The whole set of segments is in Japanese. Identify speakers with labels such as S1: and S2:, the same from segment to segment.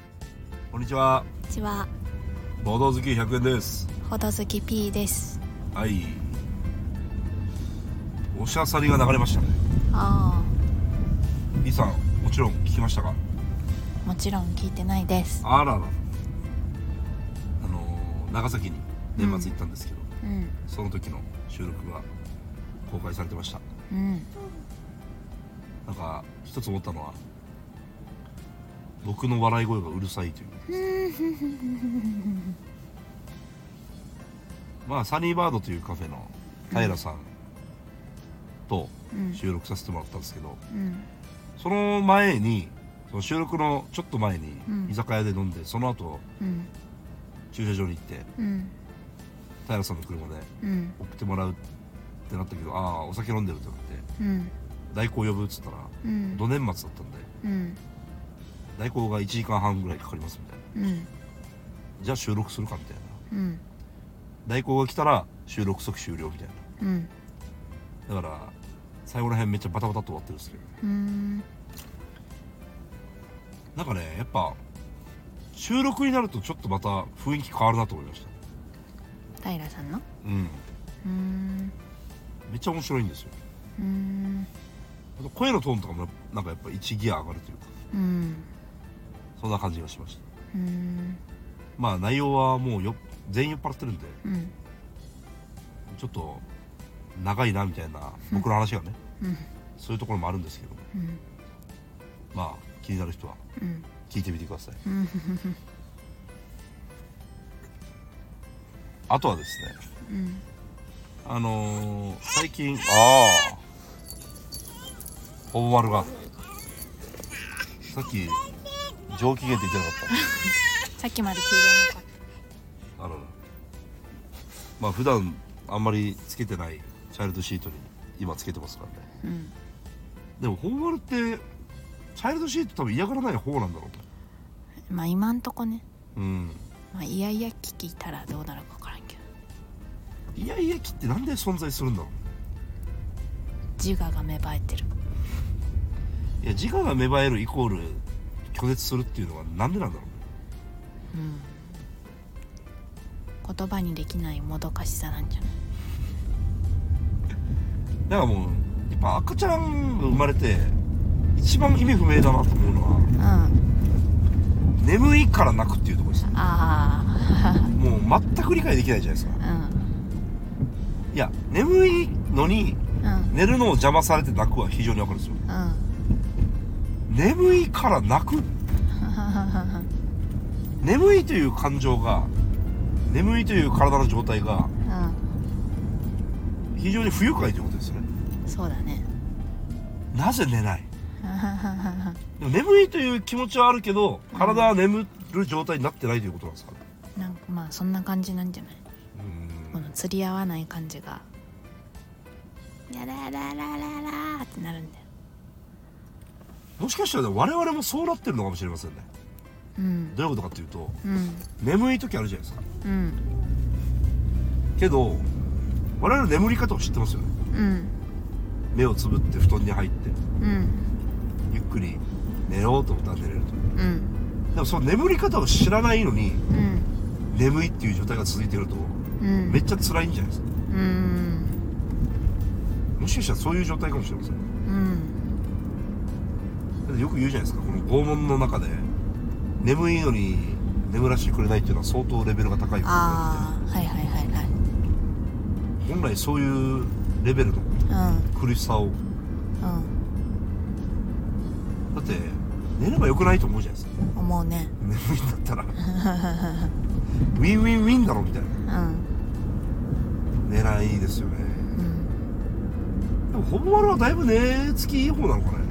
S1: にちは
S2: こんにちは、
S1: ボード好き100円です
S2: ほど好き P です。
S1: はいおしゃさりが流れましたね
S2: あ
S1: B さんもちろん聞きましたか
S2: あ、もちろん聞いてないです。
S1: あららあのー長崎に年末行ったんですけど、
S2: うん、
S1: その時の収録が公開されてました
S2: うん、
S1: なんか一つ思ったのは僕の笑い声がうるさいという まあサニーバードというカフェの平さんと
S2: うん、
S1: 収録させてもらったんですけど、
S2: うん、
S1: その前にその収録のちょっと前に
S2: うん
S1: 居酒屋で飲んでその後
S2: うん、
S1: 駐車場に行って
S2: うん、
S1: 平さんの車で
S2: うん、
S1: 送ってもらうってなったけどああお酒飲んでるってなって
S2: うん、
S1: 代行呼ぶっつったら
S2: うん、
S1: 土年末だったんで
S2: うん、
S1: 代行が1時間半ぐらいかかりますみたいな
S2: うん、
S1: じゃあ収録するかみたいな
S2: うん、
S1: 代行が来たら収録即終了みたい
S2: うん、
S1: なだから最後ら辺めっちゃバタバタと終わってるんですけど
S2: うん、
S1: なんかねやっぱ収録になるとちょっとまた雰囲気変わるなと思いました
S2: 平さんの。
S1: うん
S2: うん、
S1: めっちゃ面白いんですよ
S2: うん、
S1: あと声のトーンとかもなんかやっぱ1ギア上がるというか
S2: うん、
S1: そんな感じがしました
S2: うん、
S1: まあ内容はもうよ全員酔っ払ってるんで
S2: うん、
S1: ちょっと長いなみたいな僕の話がね
S2: うん、
S1: そういうところもあるんですけど
S2: うん、
S1: まあ気になる人は
S2: うん、
S1: 聞いてみてください
S2: うん、
S1: あとはですね
S2: うん、
S1: あのー、最近ああほぼ丸がさっき上機嫌って言ってなかっ
S2: さっきまで聞いてなかった
S1: あのまあ普段あんまりつけてないチャイルドシートに今つけてますからね
S2: た。
S1: で
S2: うん、
S1: もほぼ丸ってチャイルドシート多分嫌がらない方なんだろうね
S2: まあ、今んとこね、
S1: うん
S2: まあ、いやいや聞きたらどうなるかわからんけど。
S1: いやいや期ってなんで存在するんだろ
S2: 自我が芽生えてる。
S1: ういや自我が芽生えるイコール拒絶するっていうのはなんでなんだろうね
S2: うん言葉にできないもどかしさなんじゃない
S1: だからもうやっぱ赤ちゃんが生まれて一番意味不明だなと思うのは
S2: うん
S1: 眠いから泣くっていうところですよ
S2: あ
S1: もう全く理解できないじゃないですか
S2: あうん
S1: いや眠いのに
S2: うん
S1: 寝るのを邪魔されて泣くは非常にわかるんですよ
S2: うん
S1: 眠いから泣く眠いという感情が眠いという体の状態が非常に不愉快ということですよね
S2: うんそうだね
S1: なぜ寝ないでも眠いという気持ちはあるけど体は眠る状態になってないということなんですかね
S2: なんかまあそんな感じなんじゃないうこ
S1: ん
S2: の釣り合わない感じが「やららららら」ってなるんだよ
S1: もしかしたら我々もそうなってるのかもしれませんね
S2: うん
S1: どういうことかっていうと
S2: うん
S1: 眠い時あるじゃないですか
S2: うん
S1: けど我々の眠り方を知ってますよね
S2: うん
S1: 目をつぶって布団に入って
S2: うん
S1: ゆっくり寝ようと思ったら寝れると
S2: うん
S1: でもその眠り方を知らないのに
S2: うん
S1: 眠いっていう状態が続いてると
S2: うん
S1: めっちゃ辛いんじゃないですか
S2: うん
S1: もしかしたらそういう状態かもしれません
S2: うん
S1: だってよく言うじゃないですかこの拷問の中で眠いのに眠らせてくれないっていうのは相当レベルが高いことだ
S2: ああはいはいはいはい
S1: みたいな本来そういうレベルの
S2: うん
S1: 苦しさを
S2: うん
S1: だって寝ればよくないと思うじゃないですか
S2: 思うね
S1: 眠いんだったら ウィンウィンウィンだろみたいな
S2: うん
S1: 寝ないですよね
S2: うん
S1: でもほぼ丸はだいぶ寝つきいい方なのかね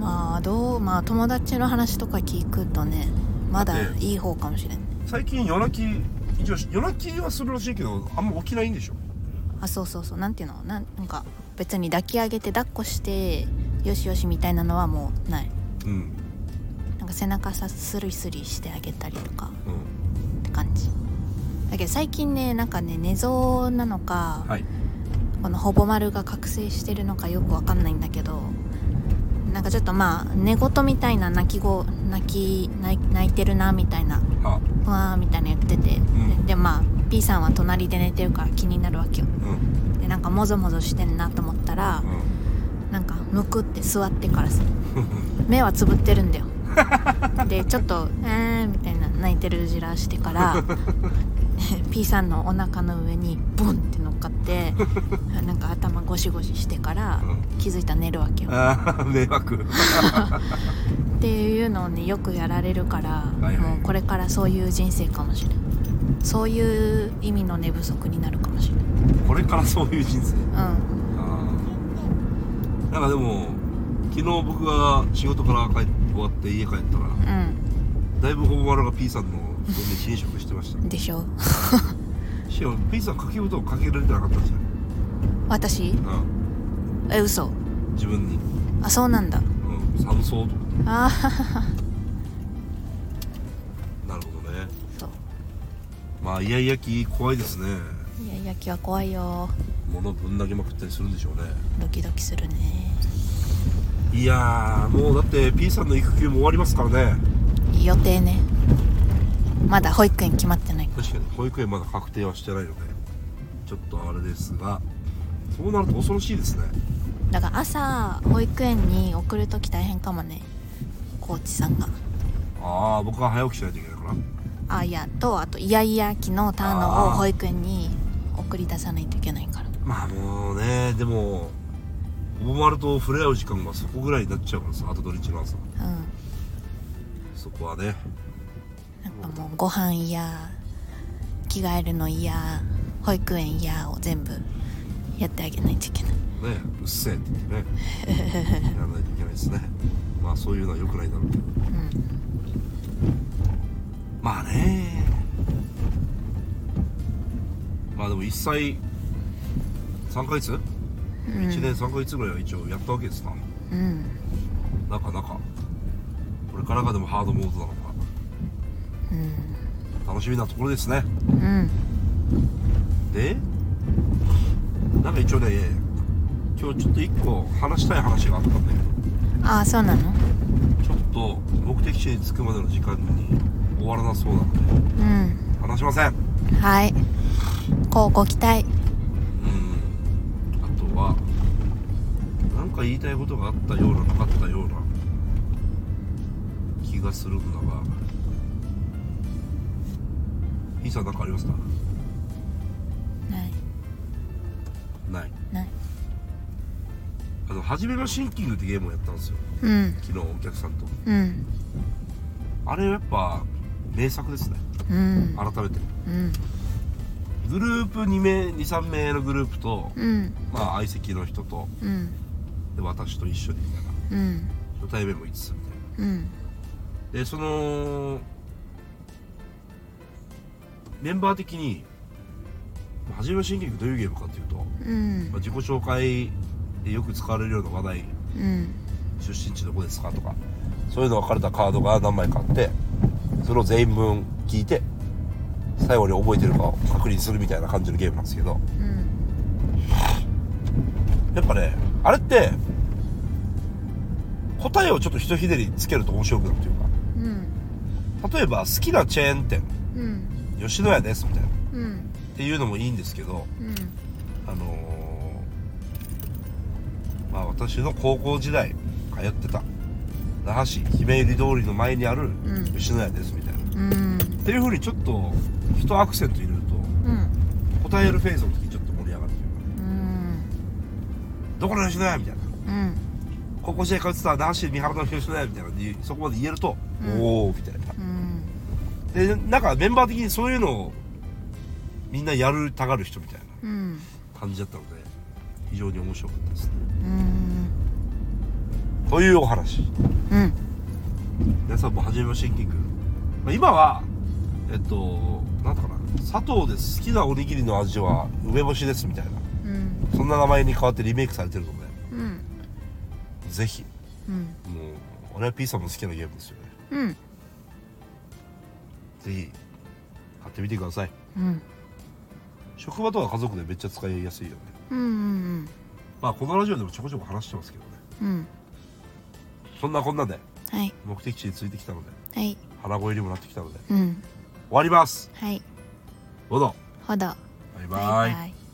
S2: まあどうまあ友達の話とか聞くとねまだいい方かもしれんね
S1: 最近夜泣き一応夜泣きはするらしいけどあんま起きないんでしょ
S2: あそうそうそうなんていうのなんなんか別に抱き上げて抱っこしてよしよしみたいなのはもうない
S1: うん
S2: なんか背中さスリスリしてあげたりとか
S1: うん
S2: って感じだけど最近ねなんかね寝相なのか、
S1: はい
S2: このほぼ丸が覚醒してるのかよくわかんないんだけどなんかちょっとまあ寝言みたいな泣き声泣き泣い泣いてるなみたいな
S1: あ
S2: うわーみたいな言ってて、
S1: ん
S2: ででまあ P さんは隣で寝てるから気になるわけよ
S1: うん
S2: でなんかもぞもぞしてんなと思ったら
S1: う、ん
S2: なんかむくって座ってからさ目はつぶってるんだよ でちょっと「えー」みたいな泣いてるじらしてから P さんのお腹の上にボンって乗っかって なんか頭ゴシゴシしてから
S1: う
S2: 気づいたら寝るわけよ
S1: ああ迷惑
S2: っていうのをねよくやられるから、
S1: はいはい
S2: もうこれからそういう人生かもしれないそういう意味の寝不足になるかもしれ
S1: これからそういう人生
S2: ない
S1: あーなんかでも昨日僕が仕事から帰っ終わって家帰ったら
S2: うん
S1: だいぶ本丸が P さんの布団で侵食してました
S2: うんでしょ
S1: しかも P さん掛け布団かけられてなかったんですよ、
S2: 私
S1: う
S2: え嘘
S1: ん、自分に、
S2: あそうなんだ
S1: うん、寒そうと思って
S2: あ あ
S1: なるほどね
S2: そう
S1: まあイヤイヤ期怖いですね
S2: いやいや今日は怖いよ
S1: 物ぶん投げまくったりするんでしょうね
S2: ドキドキするね
S1: いやーもうだって P さんの育休も終わりますからね
S2: 予定ねまだ保育園決まってない
S1: 確かに保育園まだ確定はしてないのでちょっとあれですがそうなると恐ろしいですね
S2: だから朝保育園に送る時大変かもねコーチさんが
S1: ああ僕は早起きしないといけないから
S2: あいやとあとイヤイヤ期のターノを
S1: あー
S2: 保育園に送り出さないといけないから
S1: まあもうねでもおぼまると触れ合う時間がそこぐらいになっちゃうからさあと土日の朝
S2: うん
S1: そこはね
S2: なんかもうご飯嫌着替えるの嫌保育園嫌を全部やってあげないといけない
S1: ねうっせえって言ってねやらないといけないですねまあそういうのは良くないだろうけど
S2: うん
S1: まあねまあでも1歳3ヶ月、
S2: うん
S1: ?1 年3ヶ月ぐらいは一応やったわけですな
S2: うん
S1: なかなかこれからがでもハードモードなのか
S2: うん
S1: 楽しみなところですね
S2: うん
S1: でなんか一応ね今日ちょっと1個話したい話があったんだけど
S2: ああそうなの
S1: ちょっと目的地に着くまでの時間に終わらなそうなので
S2: うん
S1: 話しませんうん
S2: はい。こうご期待。
S1: あとはなんか言いたいことがあったようななかったような気がするんだがいさん何かありますか
S2: ない、
S1: ない
S2: ない。
S1: あの「はじめのシンキング」ってゲームをやったんですよ
S2: うん、
S1: 昨日お客さんと
S2: うん、
S1: あれやっぱ名作ですね
S2: うん、
S1: 改めて
S2: うん、
S1: グループ2名23名のグループと
S2: うん、
S1: まあ相席の人と
S2: うん、
S1: で私と一緒にみたいな
S2: うん、
S1: 初対面もいつつみたいな
S2: うん、
S1: でそのメンバー的に「はじめの新劇」どういうゲームかっていうと、ま
S2: うん
S1: あ、、自己紹介でよく使われるような話題
S2: うん、
S1: 出身地どこですかとかそういうの分かれたカードが何枚かあってそれを全員分聞いて最後に覚えてるかを確認するみたいな感じのゲームなんですけど
S2: うん、
S1: やっぱねあれって答えをちょっとひとひねりつけると面白くなるという
S2: うん、
S1: か例えば好きなチェーン店
S2: うん、
S1: 吉野家ですみたいな
S2: うん、
S1: っていうのもいいんですけどあのーまあ私の高校時代通ってた那覇市姫入り通りの前にある
S2: ん
S1: 吉野家ですみたいな、っ
S2: うん、
S1: ていうふうにちょっと一アクセント入れる
S2: うん、
S1: と答えるフェーズの時ちょっと盛り上がるというか
S2: うん、
S1: どこの吉野家みたいな
S2: うん、
S1: 高校時代通ってた那覇市三原の吉野家みたいなのにそこまで言えると、
S2: うん
S1: おおみたいな
S2: うん、
S1: でなんかメンバー的にそういうのをみんなやるたがる人みたいな
S2: うん、
S1: 感じだったので非常に面白かったですね
S2: うん、
S1: というお話
S2: うん、
S1: 皆さんもはじめましてキング、まあ、今はえっとなんだかな佐藤です好きなおにぎりの味は梅干しですみたいな
S2: うん、
S1: そんな名前に変わってリメイクされてるので
S2: うん、
S1: ぜひ
S2: うん、
S1: もう俺は P さんも好きなゲームですよね
S2: うん、
S1: ぜひ買ってみてください
S2: うん、
S1: 職場とか家族でめっちゃ使いやすいよね
S2: うん、
S1: まあこのラジオでもちょこちょこ話してますけどね
S2: うん、
S1: そんなこんなで
S2: はい
S1: 目的地に着いてきたので
S2: はい
S1: 腹声にもなってきたので終
S2: うん
S1: わります
S2: はい
S1: どうぞ
S2: ほど
S1: バイバイ
S2: バイバイ